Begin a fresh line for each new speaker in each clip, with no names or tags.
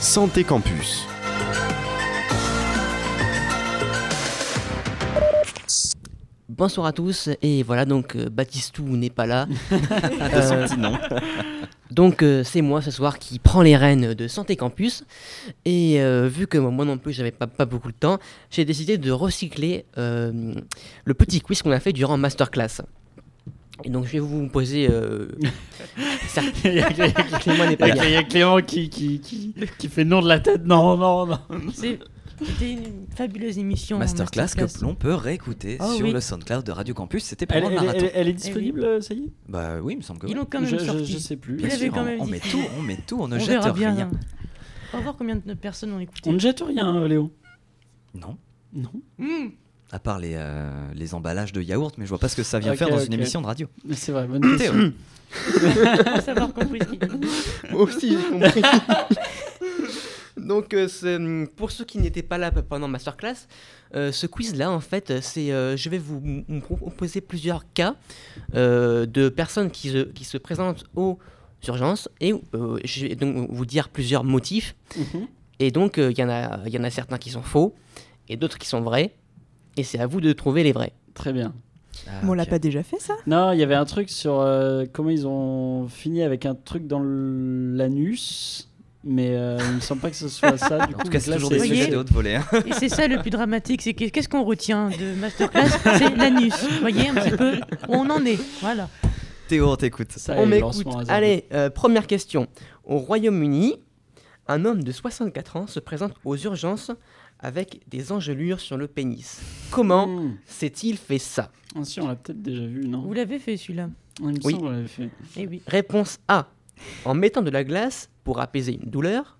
Santé Campus.
Bonsoir à tous, et voilà donc euh, Baptistou n'est pas là. Euh,
De son petit nom.
Donc euh, c'est moi ce soir qui prend les rênes de Santé Campus. Et euh, vu que moi non plus j'avais pas, pas beaucoup de temps, j'ai décidé de recycler euh, le petit quiz qu'on a fait durant Masterclass. Et donc je vais vous poser... Euh, cer-
Il y a Clé-
Clément n'est
il
pas
y a-
là.
il y a Clément qui, qui, qui, qui fait le nom de la tête. Non, non, non.
C'était une fabuleuse émission.
Masterclass que l'on peut réécouter
Ah
sur
oui.
le SoundCloud de Radio Campus. C'était
Elle,
pendant le
elle-
marathon.
elle- elle est disponible, euh, ça y est
Bah oui, il me semble que oui.
Ils l'ont quand
je,
même
je,
sorti.
je sais plus.
Il
Bien
avait
sûr,
quand
on-
même
on
dit
met
qu'il-
tout, on met tout, on ne
on
jette
verra bien.
rien.
On va voir combien de personnes ont écouté.
On ne jette rien, euh, Léo.
Non.
Non.
Mm.
À part les, euh, les emballages de yaourt, mais je vois pas ce que ça vient
Ok,
faire dans
ok.
une émission de radio.
Mais C'est vrai, bonne question.
Théo.
Faut savoir compris ce qu'il dit.
Moi aussi, j'ai compris. Donc, euh, c'est, hum, pour ceux qui n'étaient pas là pendant Masterclass, euh, ce quiz-là, en fait, c'est, euh, je vais vous m- m- proposer plusieurs cas euh, de personnes qui se, qui se présentent aux urgences et euh, je vais donc vous dire plusieurs motifs.
Mhm.
Et donc, euh, il y en a, il y en a certains qui sont faux et d'autres qui sont vrais. Et c'est à vous de trouver les vrais.
Très bien.
Ah,
Mais on l'a
ok.
pas déjà fait ça
Non, il y avait un truc sur euh, comment ils ont fini avec un truc dans l'anus. Mais euh, il me semble pas que ce soit ça. Du
En
coup,
tout cas,
donc
c'est
là,
toujours des
c'est-
sujets de haute volée. hein.
Et c'est ça le plus dramatique, c'est que- qu'est-ce qu'on retient de Masterclass C'est l'anus. Vous voyez un petit peu où on en est. Voilà.
Théo, on t'écoute.
Ça, Ah, et
On
le
m'écoute.
lancement à zéro.
Allez, euh, première question. Au Royaume-Uni, un homme de 64 ans se présente aux urgences avec des engelures sur le pénis. Comment
Mmh.
s'est-il fait ça
Ah, si, on l'a peut-être déjà vu, non
Vous l'avez fait celui-là.
Il me
Oui.
semble qu'on l'avait fait.
Eh oui.
Réponse A. En mettant de la glace pour apaiser une douleur.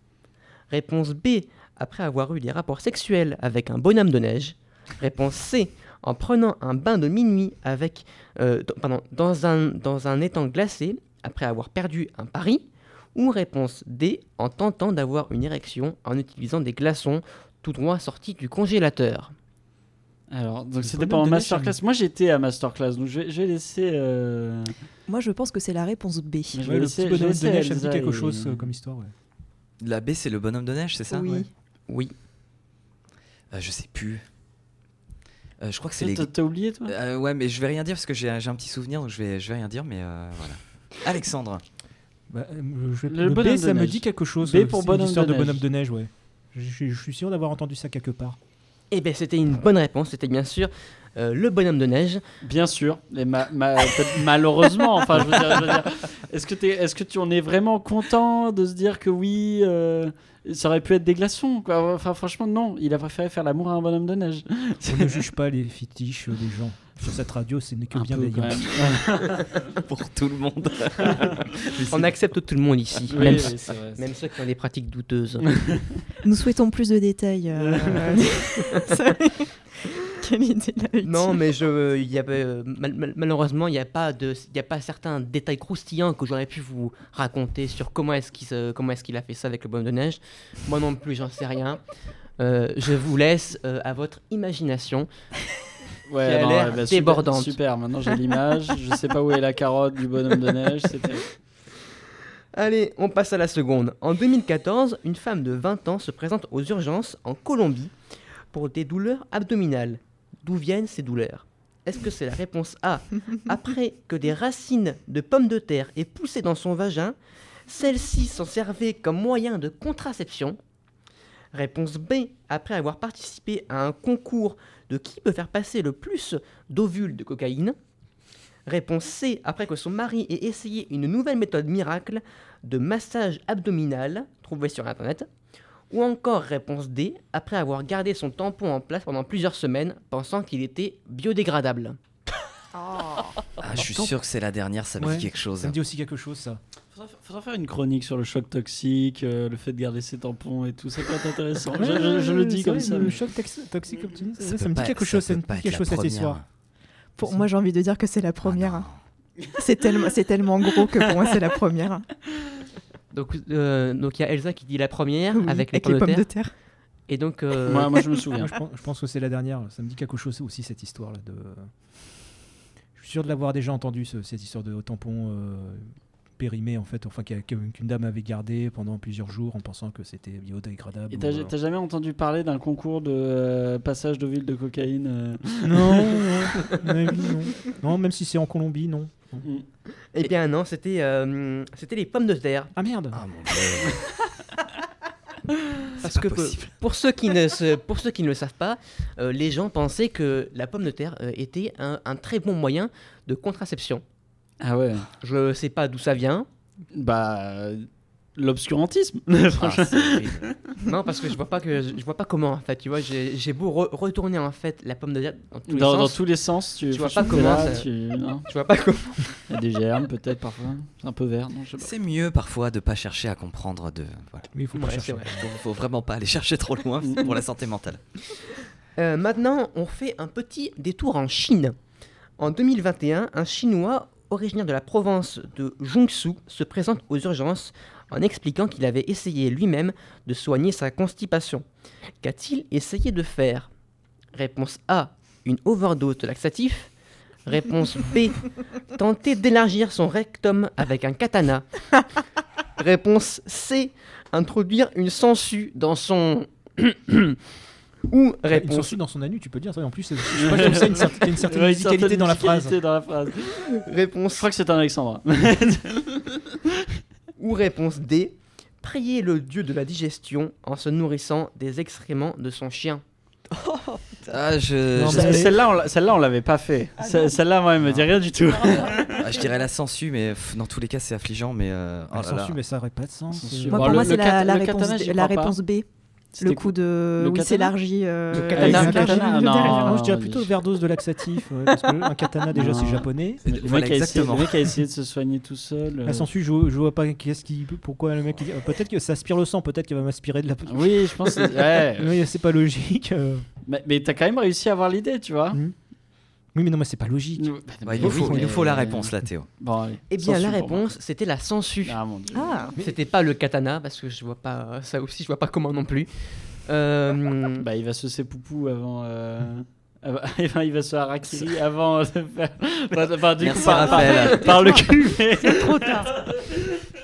Réponse B. Après avoir eu des rapports sexuels avec un bonhomme de neige. Réponse C. En prenant un bain de minuit avec, euh, dans- pardon, dans, un, dans un étang glacé après avoir perdu un pari. Ou réponse D. En tentant d'avoir une érection en utilisant des glaçons tout droit sortis du congélateur.
Alors, donc c'était
bonhomme
pas en
de neige,
masterclass. Moi, j'étais à masterclass, donc je vais, je vais laisser. euh,
Moi, je pense que c'est la réponse B.
je vais
Ouais, le
laisser- je
petit
vais
bonhomme de
laisser
neige, ça me dit
Elsa
quelque
et-
chose euh, comme histoire. ouais.
La B, c'est le bonhomme de neige, c'est ça
oui.
Oui.
Euh, Je sais plus. Euh, je crois que c'est
Toi,
les.
T'as t'as oublié, toi
Euh, ouais, mais je vais rien dire parce que j'ai j'ai un petit souvenir, donc je vais, je vais rien dire, mais euh, voilà. Alexandre.
Bah, euh, je vais-
Le
le
bonhomme
B, ça
de
me
neige.
dit quelque chose.
B
euh,
pour
c'est
bonhomme
une histoire
de
de,
neige.
bonhomme de neige, ouais. Je, je- je suis sûr d'avoir entendu ça quelque part.
Eh bien, c'était une bonne réponse. C'était bien sûr euh, le bonhomme de neige.
Bien sûr, mais ma- ma- peut-être malheureusement, enfin, je veux dire, je veux dire, est-ce que, t'es- est-ce que tu en es vraiment content de se dire que oui, euh, ça aurait pu être des glaçons quoi. Enfin, franchement, non, il a préféré faire l'amour à un bonhomme de neige.
On ne juge pas les fétiches euh, des gens. Sur cette radio, ce n'est que
Un
bien
peu,
d'ailleurs.
quand même.
Pour tout le monde.
On accepte tout le monde ici,
Oui,
même,
oui, c'est vrai.
même ceux qui ont des pratiques douteuses.
Nous souhaitons plus de détails. euh, ça- Quelle idée la victime.
non, mais je, il y avait, euh, mal- mal- malheureusement, il n'y a, pas de- il y a pas certains détails croustillants que j'aurais pu vous raconter sur comment est-ce qu'il se- comment est-ce qu'il a fait ça avec le bonhomme de neige. Moi non plus, j'en sais rien. Euh, je vous laisse euh, à votre imagination.
Ouais,
Qui a l'air
eh ben, super-
débordante.
Super, maintenant j'ai l'image, je sais pas où est la carotte du bonhomme de neige. c'était-
Allez, on passe à la seconde. En 2014, une femme de 20 ans se présente aux urgences en Colombie pour des douleurs abdominales. D'où viennent ces douleurs Est-ce que c'est la réponse A Après que des racines de pommes de terre aient poussé dans son vagin, celles-ci s'en servaient comme moyen de contraception. Réponse B Après avoir participé à un concours de qui peut faire passer le plus d'ovules de cocaïne. Réponse C Après que son mari ait essayé une nouvelle méthode miracle de massage abdominal trouvé sur internet ou encore réponse D après avoir gardé son tampon en place pendant plusieurs semaines pensant qu'il était biodégradable.
Ah, je suis sûr que c'est la dernière, ça me
Ouais,
dit quelque chose. hein.
Ça me dit aussi quelque chose, ça.
Faudra, faudra faire une chronique sur le choc toxique, euh, le fait de garder ses tampons et tout, ça peut être intéressant. je, je- je le dis
C'est
comme
vrai,
ça.
Le
mais-
choc tex- toxique, comme tu dis, ça, ça
peut
me
pas-
dit quelque chose.
peut
Ça me dit
pas être
quelque
la
chose cette
première.
histoire.
Pour moi, j'ai envie de dire que c'est la
Ah,
première.
hein.
non.
c'est tellement, c'est tellement gros que pour moi, c'est la première.
Donc euh, donc il y a Elsa qui dit la première
Oui,
avec les pommes de terre. Et donc euh,
Moi, moi, je me
Ah, Moi,
souviens.
je pense, je pense que c'est la dernière. Ça me dit quelque chose aussi, cette histoire-là. De... Je suis sûr de l'avoir déjà entendu, ce- cette histoire de tampon euh, périmée en fait, enfin qu'a- qu'une dame avait gardée pendant plusieurs jours en pensant que c'était biodégradable.
Et
ou euh,
t'as
alors-
t'as jamais entendu parler d'un concours de euh, passage d'ovule de cocaïne euh,
Non, non, à mon avis, non. Non, même si c'est en Colombie, non. Non.
mm.
Eh bien non, c'était euh, c'était les pommes de terre.
Ah merde.
Ah mon dieu.
Parce que pour,
possible.
pour ceux qui ne se- pour ceux qui ne le savent pas, euh, les gens pensaient que la pomme de terre euh, était un, un très bon moyen de contraception.
Ah ouais.
Je ne sais pas d'où ça vient.
Bah euh, l'obscurantisme.
Ah,
Franchement.
c'est horrible.
Non, parce que je vois pas que je vois pas comment en fait. Tu vois, j'ai j'ai beau re- retourner en fait la pomme de terre dans tous les
dans, dans
sens,
tous les sens, tu,
Tu vois
franchement,
pas comment
t'es là,
ça-
tu- non.
je vois pas comment.
Il y a des germes peut-être parfois, c'est un peu vert, non, je sais pas.
C'est mieux parfois de pas chercher à comprendre. De voilà.
Oui, il faut pas
Ouais, c'est
chercher.
vrai.
faut, faut vraiment pas aller chercher trop loin pour la santé mentale.
Euh, maintenant, on fait un petit détour en Chine. En 2021, un Chinois originaire de la province de Jiangsu se présente aux urgences en expliquant qu'il avait essayé lui-même de soigner sa constipation. Qu'a-t-il essayé de faire Réponse A, une overdose de laxatif. Réponse B, tenter d'élargir son rectum avec un katana. Réponse C, introduire une sangsue dans son... Ou
Une
réponse
sangsue dans son anus, tu peux dire ça. En plus, c'est- je sais pas, je trouve ça une certaine, une certaine
Ouais, une
musicalité
certaine
dans la
musicalité
phrase.
dans la phrase. Je
Réponse
crois que c'est un Alexandre.
ou réponse D. Prier le dieu de la digestion en se nourrissant des excréments de son chien.
Ah, je,
Non,
je-
mais- Ah
Celle-là, on l'a- celle-là, on l'avait pas fait. Ce- Celle-là, moi, elle me dit rien du tout.
ah, je dirais la sangsue, mais pff, dans tous les cas, c'est affligeant. Mais euh, oh
Ah,
là là.
sangsue, mais ça n'aurait pas de sens.
Sangsue.
Euh,
Moi,
Bon,
pour
le-
moi, c'est
le
la,
kat-
la
le
réponse,
katana,
D-
j'y
la
crois pas.
réponse B.
C'était
Le coup de.
Le
où il
katana
s'élargit. euh,
Le
avec
katana,
un
il s'élargit
katana,
le
non.
derrière.
Moi, je dirais
non,
plutôt
je-
overdose de laxatif, ouais, parce qu'un katana déjà c'est
Non.
japonais.
Le mec,
Voilà,
a essayé, le
exactement.
mec a essayé de se soigner tout seul. euh.
La sangsue, je, je vois pas qu'est-ce qui, pourquoi le mec. il dit- euh, Peut-être que ça aspire le sang, peut-être qu'il va m'aspirer de la.
Oui, je pense. que- Ah Ouais.
Oui, c'est pas logique. euh.
Mais, mais t'as quand même réussi à avoir l'idée, tu vois.
Oui, mais non, mais c'est pas logique.
Bah,
Ouais, il,
mais
nous faut,
oui,
il nous faut la
mais-
réponse là, Théo.
Bon, allez.
Eh bien,
Sangsue
la
pour moi.
réponse, c'était la sangsue.
Ah mon dieu.
Ah,
C'était pas le katana, parce que je vois pas. euh, Ça aussi, je vois pas comment non plus. Euh,
Bah, il va se ses poupous avant. euh, avant- eh ben, il va se harakiri avant de faire. Enfin, enfin, du
Merci
coup, par, par-
Raphaël.
par le cul, mais.
Trop tard.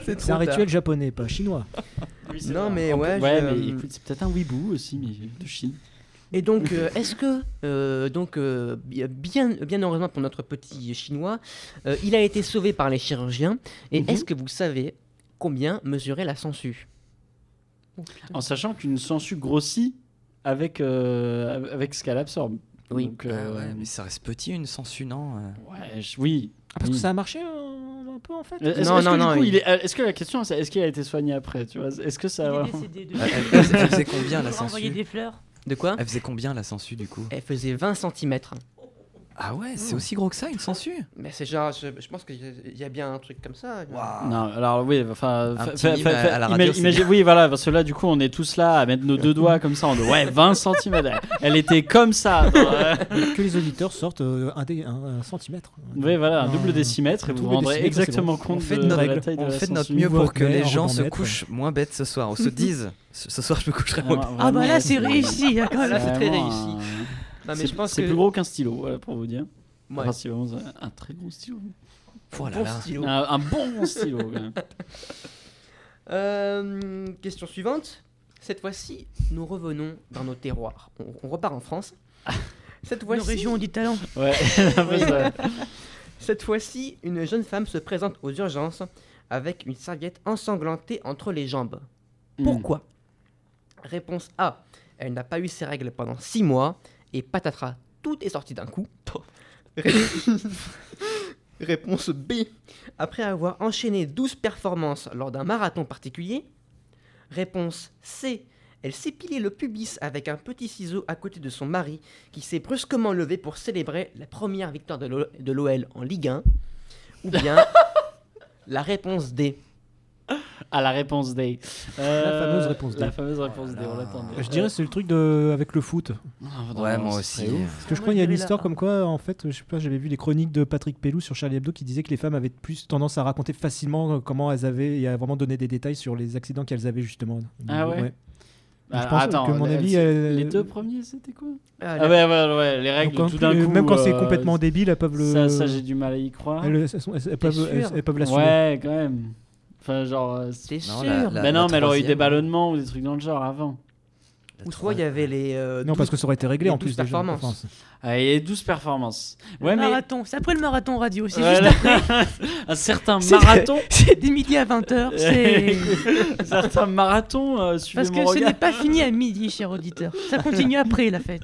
C'est un
trop tard.
rituel japonais, pas chinois.
Non, mais ouais.
Ouais,
je-
mais écoute, c'est peut-être un weeboo aussi, mais de Chine.
Et donc, euh, est-ce que, euh, donc, euh, bi- bien, bien heureusement pour notre petit chinois, euh, il a été sauvé par les chirurgiens. Et
Mhm.
est-ce que vous savez combien mesurait la sangsue
En sachant qu'une sangsue grossit avec, euh, avec ce qu'elle absorbe.
Oui.
Donc, euh,
Ah ouais, mais ça reste petit une sangsue, non euh.
ouais, je- oui.
Ah, parce que
Oui.
ça a marché euh, un peu en fait.
Est-ce
Non, non,
est-ce que, du
non,
coup,
il-
il est- euh, Est-ce que la question, c'est est-ce qu'il a été soigné après tu vois Est-ce que ça. a
Il est
vraiment-
décédé de.
Ah, Elle, elle- elle faisait combien la
On va envoyer
sangsue
des fleurs.
De quoi
Euh,
Elle faisait combien la sangsue du coup
Elle faisait 20 cm.
Ah ouais, c'est aussi gros que ça une sangsue
Mais c'est genre, je, je pense qu'il y a- il y a bien un truc comme ça.
Ah, Non, alors oui, enfin,
Un
fa-
petit
fa-
mime
fa-
à- à la radio,
imagine-
c'est
imagine- oui, voilà, parce que là, du coup, on est tous là à mettre nos deux doigts comme ça, en deux, ouais, 20 cm. Elle était comme ça. dans, euh,
Que les auditeurs sortent euh, un, dé- un- un centimètre.
oui, voilà, un
Un-
double décimètre, et
un
vous vous
double
rendrez
décimètre, c'est
exactement
bon.
compte
On fait
de,
notre-
la taille de
On
la
fait de notre
sangsue.
mieux pour
Voire
que les
mère,
gens
voire
se
mètre.
couchent moins bêtes ce soir, ou se disent ce ce soir je me coucherai
Ah,
moins bête.
Ah, bah
vraiment,
là, c'est
c'est-
réussi. hein, quand
Ah,
même.
là, c'est très
vraiment
réussi.
un-
Non, mais
C'est
je pense
c'est
que.
plus gros qu'un stylo, voilà, pour vous dire.
Ouais.
Enfin, c'est vraiment un, un très gros stylo.
Oh là
Bon
là.
stylo.
Un, un bon stylo, quand même.
Euh, question suivante. Cette fois-ci, nous revenons dans nos terroirs. On, on repart en France. Cette
Nos
fois-ci,
régions ont du talent.
Ouais, un peu ça.
cette fois-ci, une jeune femme se présente aux urgences avec une serviette ensanglantée entre les jambes.
Mm.
Pourquoi Réponse A. Elle n'a pas eu ses règles pendant 6 mois et patatras, tout est sorti d'un coup. Ré- Réponse B. Après avoir enchaîné 12 performances lors d'un marathon particulier. Réponse C. Elle s'est pilée le pubis avec un petit ciseau à côté de son mari qui s'est brusquement levé pour célébrer la première victoire de l'O- de l'OL en Ligue 1. Ou bien la réponse D.
À la réponse D. Euh,
fameuse réponse D.
La fameuse réponse D, on
là.
l'attendait. Ah,
Je dirais c'est le truc de, avec le foot.
Ouais, moi aussi.
Parce que
Moi,
je
je
crois qu'il y a une
dirais la
histoire
A.
comme quoi, en fait, je sais pas, j'avais vu les chroniques de Patrick Pelou sur Charlie Hebdo qui disait que les femmes avaient plus tendance à raconter facilement euh, comment elles avaient et à vraiment donner des détails sur les accidents qu'elles avaient justement.
Ah ouais
Donc, je
Ah,
pense
attends,
que mon
elle-
avis.
c'est-
elle-
Les deux premiers, c'était quoi
Ah,
Ah ouais, ouais, ouais, les
donc,
règles
quand-
tout d'un coup.
Même quand c'est
euh,
complètement euh, débile, elles peuvent le.
Ça, ça j'ai du mal à y croire.
elles, elles sont- elles- elles
T'es
peuvent, elles,
sûr
elles peuvent l'assumer.
Ouais, quand même. Enfin, genre. euh, c'est-
T'es
Non,
sûr
la- la-
ben non,
la
mais elle aurait eu des
troisième-
ballonnements ou des trucs dans le genre avant.
la
Ou soit il y
troisième-
avait les. euh,
Non, parce que ça aurait été réglé
les
en plus.
douze
déjà,
performances.
en France.
Ah, il y a 12 performances. Ouais, mais.
Marathon, c'est après le marathon radio. C'est
Voilà.
juste après.
un certain
C'est-
marathon.
C'est des midi à 20h. C'est.
un certain marathon, euh, suivez
Parce que
mon
ce
regard.
n'est pas fini à midi, cher auditeur. Ça continue après la fête.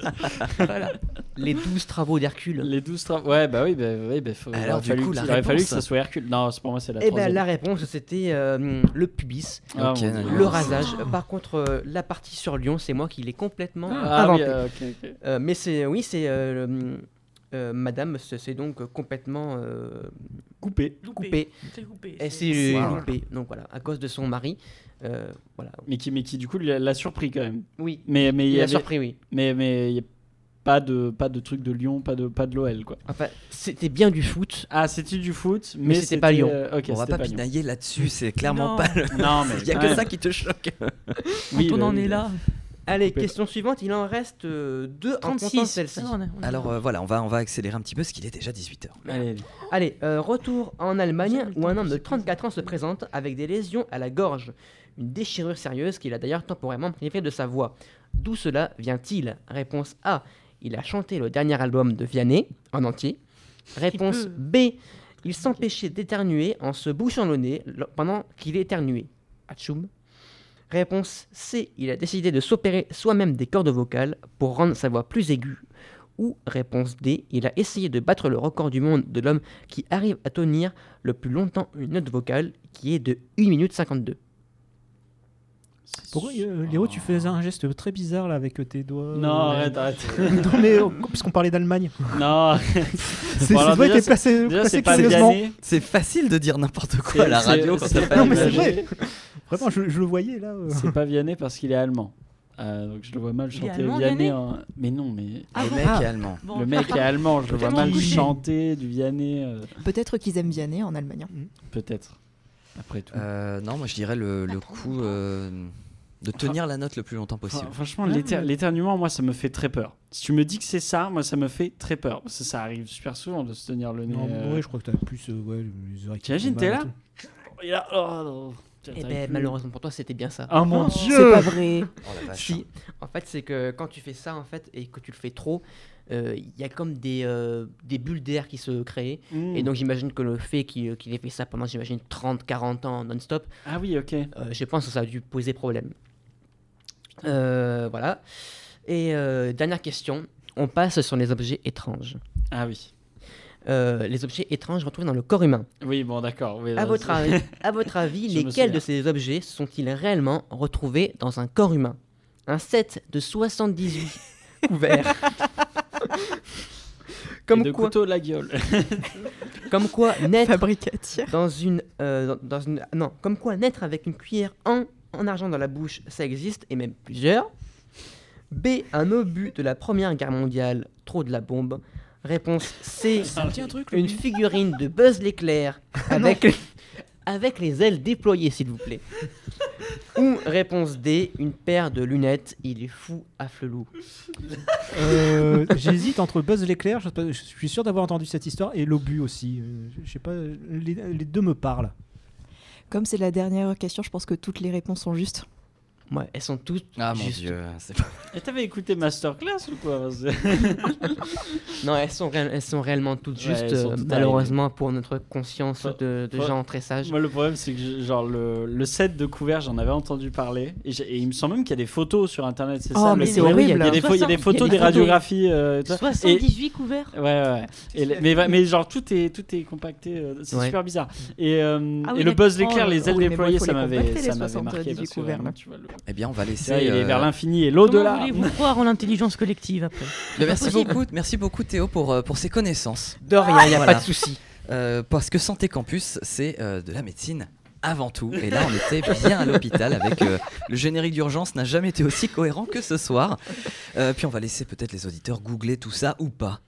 Voilà.
Les 12 travaux d'hercule.
Les 12 travaux. Ouais, bah oui, bah, oui, bah, faut- il
Alors,
aurait
du
fallu,
coup, la
il aurait fallu que
réponse.
ça soit Hercule. Non, c'est pour moi, c'est la
Eh ben
troisième.
la réponse c'était euh, le pubis,
Ah,
Ok,
mon
non,
Dieu.
le rasage. Par contre euh, la partie sur Lyon, c'est moi qui l'ai complètement
Ah, oui,
inventé.
euh, ok, ok.
Euh, mais c'est oui c'est euh, le- euh, Madame se- c'est donc complètement euh,
Coupé.
coupée.
C'est coupé.
Elle s'est
Wow.
loupée. Donc voilà à cause de son mari. euh, voilà.
Mais qui, mais qui, du coup, l'a l'a surpris quand même.
Oui.
Mais, mais il
Il
y
a
avait,
surpris oui.
mais, mais il y a pas de, pas de truc de Lyon, pas de, pas de l'OL, quoi.
Enfin c'était bien du foot.
Ah, c'était du foot, mais,
Mais c'était pas Lyon.
euh, ok,
On va
c'était
pas
Lyon.
pinailler là-dessus, c'est clairement
Non.
pas le.
Non, mais
Il y a
quand
que
même.
ça qui te choque.
Oui,
Quand on
bah
en
oui.
est là,
Allez
Coupé.
question suivante il en reste euh, deux en comptant
36.
celle-ci.
Ah, on a- on a-
Alors euh, voilà, on va, on va accélérer un petit peu parce qu'il est déjà 18h.
Allez.
Allez, euh, retour en
J'aime
Allemagne
le
où un
temps
homme de
passer comme ça.
34 ans se présente avec des lésions à la gorge, une déchirure sérieuse qu'il a d'ailleurs temporairement privé de sa voix. D'où cela vient-il Réponse A. Il a chanté le dernier album de Vianney en entier. Réponse
peut.
B. Il s'empêchait d'éternuer en se bouchant le nez lo- pendant qu'il éternuait. Atchoum. Réponse C. Il a décidé de s'opérer soi-même des cordes vocales pour rendre sa voix plus aiguë. Ou réponse D. Il a essayé de battre le record du monde de l'homme qui arrive à tenir le plus longtemps une note vocale qui est de 1 minute 52.
Pourquoi, euh, Léo, tu faisais un geste très bizarre là avec tes doigts euh,
Non, arrête, arrête.
non, mais euh, puisqu'on parlait d'Allemagne,
non, arrête.
c'est
Bon, alors,
ça doit
déjà,
être
c'est-
placé,
Déjà,
placé
c'est pas
curieusement.
Vianney.
C'est facile de dire n'importe quoi à Oh, la
C'est-
radio
c'est-
quand
c'est pas
t'as pas
Non,
les
mais c'est
images.
vrai. Vraiment, je, je le voyais là. euh.
C'est pas Vianney parce qu'il est allemand. Euh, donc je le vois mal
Il est
chanter
allemand,
Vianney.
Vianney
en- Mais non, mais
Ah
le
bon
mec est allemand.
Bon.
le mec est allemand, je le vois
Peut-être
mal
en coucher.
chanter du Vianney, euh,
Peut-être qu'ils aiment Vianney en Allemagne. hein.
peut-être. Après tout.
Euh, non, moi je dirais le, le coup euh, de tenir la note le plus longtemps
Fran-
possible.
franchement,
Ah,
l'éter- l'éternuement, moi, ça me fait très peur. Si tu me dis que c'est ça, moi, ça me fait très peur. Parce que ça arrive super souvent de se tenir le nez.
Non,
euh,
ouais, je crois que t'as plus euh, ouais, les oreilles qui
T'imagines,
font
t'es
mal et
là
tout.
et là, oh, non. Tiens,
Eh
t'arrives
ben,
plus.
malheureusement pour toi, c'était bien ça.
Ah mon dieu
C'est pas vrai.
Ah.
Oh la vache.
Si, en fait, c'est que quand tu fais ça, en fait, et que tu le fais trop, euh, il y a comme des, euh, des bulles d'air qui se créent.
Mm.
Et donc, j'imagine que le fait qu'il euh, qu'il ait fait ça pendant, j'imagine, 30, 40 ans non-stop,
Ah oui, ok.
euh, je pense que ça a dû poser problème. Euh, voilà. Et euh, dernière question, on passe sur les objets étranges.
Ah oui.
Euh, les objets étranges retrouvés dans le corps humain.
Oui, bon, d'accord. oui,
À
là,
votre,
Euh, c'est-
avis, à votre avis,
Je me
lesquels
souviens.
de ces objets sont-ils réellement retrouvés dans un corps humain Un set de 78 couverts.
Et
comme,
de
quoi,
couteau de la gueule.
comme quoi naître
Fabricatière.
dans une, euh, dans dans une non, comme quoi naître avec une cuillère en, en argent dans la bouche, ça existe et même plusieurs. B. Un obus de la Première Guerre mondiale, trop de la bombe. Réponse C.
C'est un petit truc, le
Une
but.
figurine de Buzz l'éclair
Ah
avec, avec les ailes déployées, s'il vous plaît. Ou réponse D, une paire de lunettes, il est fou à flelou.
Euh, J'hésite entre Buzz l'éclair, je, sais pas, je suis sûr d'avoir entendu cette histoire, et l'obus aussi. Euh, Je sais pas, les, les deux me parlent.
Comme c'est la dernière question, je pense que toutes les réponses sont justes.
Ouais, elles sont toutes.
Ah mon
juste-
dieu, c'est pas.
Et t'avais écouté Masterclass ou quoi Parce que-
Non, elles sont, réel- elles sont réellement toutes
Ouais,
justes,
elles sont
euh,
toutes
malheureusement, pour notre conscience
Faut-
de, de
faut-
gens très sages.
Moi, le problème, c'est que je- genre le, le set de couverts, j'en avais entendu parler. Et, j'ai- et il me semble même qu'il y a des photos sur internet, c'est
Oh,
Ah,
ça
mais
le-
c'est
oui,
horrible.
Il y a des, pho- il y a des
Soixante- il
photos,
y a des
des
photos.
radiographies. euh, et tout. Et-
78 couverts.
Ouais, ouais, ouais. Et le- mais, va- mais genre, tout est, tout est compacté. euh, C'est
Ouais.
super bizarre. Et, euh,
Ah oui,
et le
d'accord.
buzz l'éclair,
Oh,
les ailes
oui, mais bon,
déployées,
il faut
ça
les
m'avait
compacter, les
ça m'avait
70
marqué. Parce que,
couverts,
vraiment,
là.
tu vois, le-
Eh bien, on va laisser.
ça, il est
euh,
vers l'infini et
Comment
l'au-delà.
voulez-vous croire en l'intelligence collective après
Mais merci
possible.
beaucoup, merci beaucoup Théo pour, euh, pour ces connaissances.
De rien, il n'y a
Voilà.
pas de souci.
Euh, parce que Santé Campus, c'est euh, de la médecine avant tout. Et là, on était bien à l'hôpital avec euh, le générique d'urgence n'a jamais été aussi cohérent que ce soir. Euh, puis on va laisser peut-être les auditeurs googler tout ça ou pas.